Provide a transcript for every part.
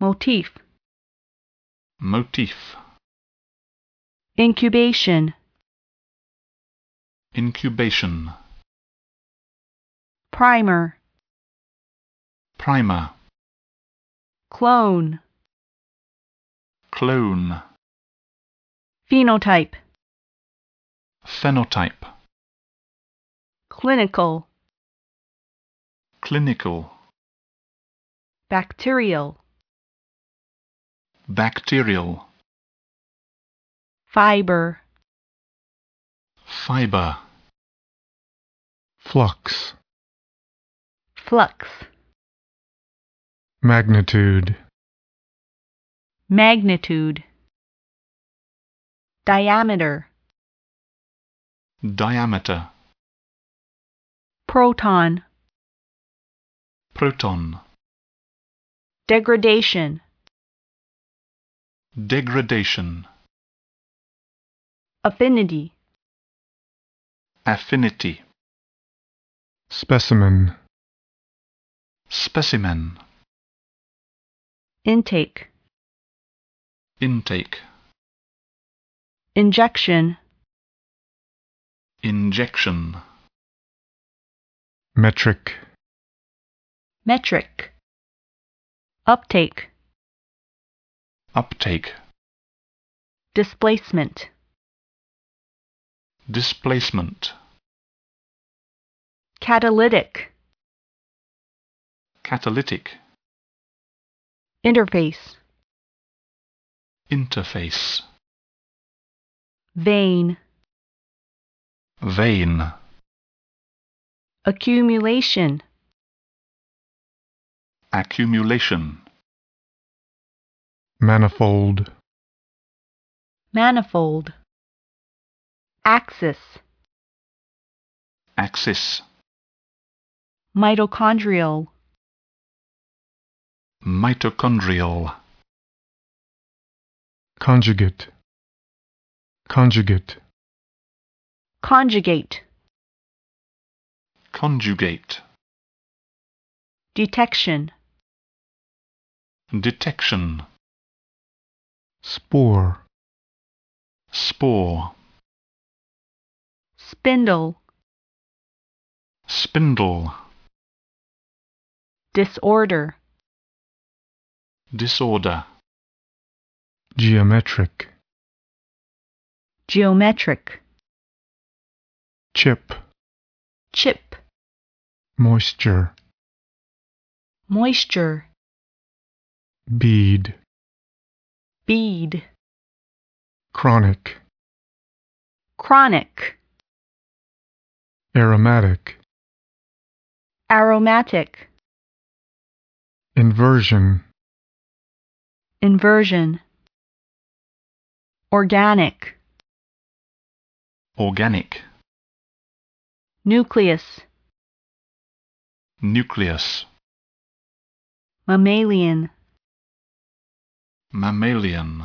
motif, motif, incubation, incubation, primer, primer, clone, clone, phenotype, phenotype, clinical, clinical, bacterial, bacterial, fiber, fiber, flux, flux, magnitude, magnitude, diameter, diameter, proton, proton, degradation, degradation, affinity, affinity, specimen, specimen, intake, intake, injection, injection, metric, metric, uptake, uptake, displacement, displacement, catalytic, catalytic, interface, interface, vein, vein, accumulation, accumulation, manifold, manifold, axis, axis, mitochondrial, mitochondrial, conjugate, conjugate, conjugate, conjugate, detection, detection, spore, spore, spindle, spindle, disorder, disorder, geometric, geometric, chip, chip, moisture, moisture, bead, bead, chronic, chronic, aromatic, aromatic, inversion, inversion, organic, organic, nucleus, nucleus, mammalian, mammalian,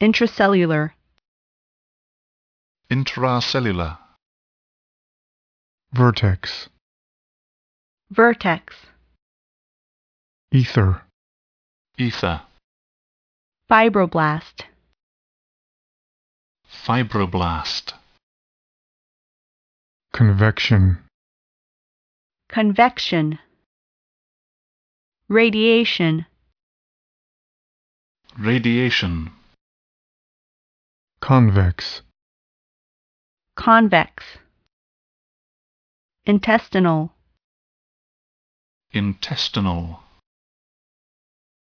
intracellular, intracellular, vertex, vertex, ether, ether, fibroblast, fibroblast, convection, convection, radiation, radiation, convex, convex, intestinal, intestinal,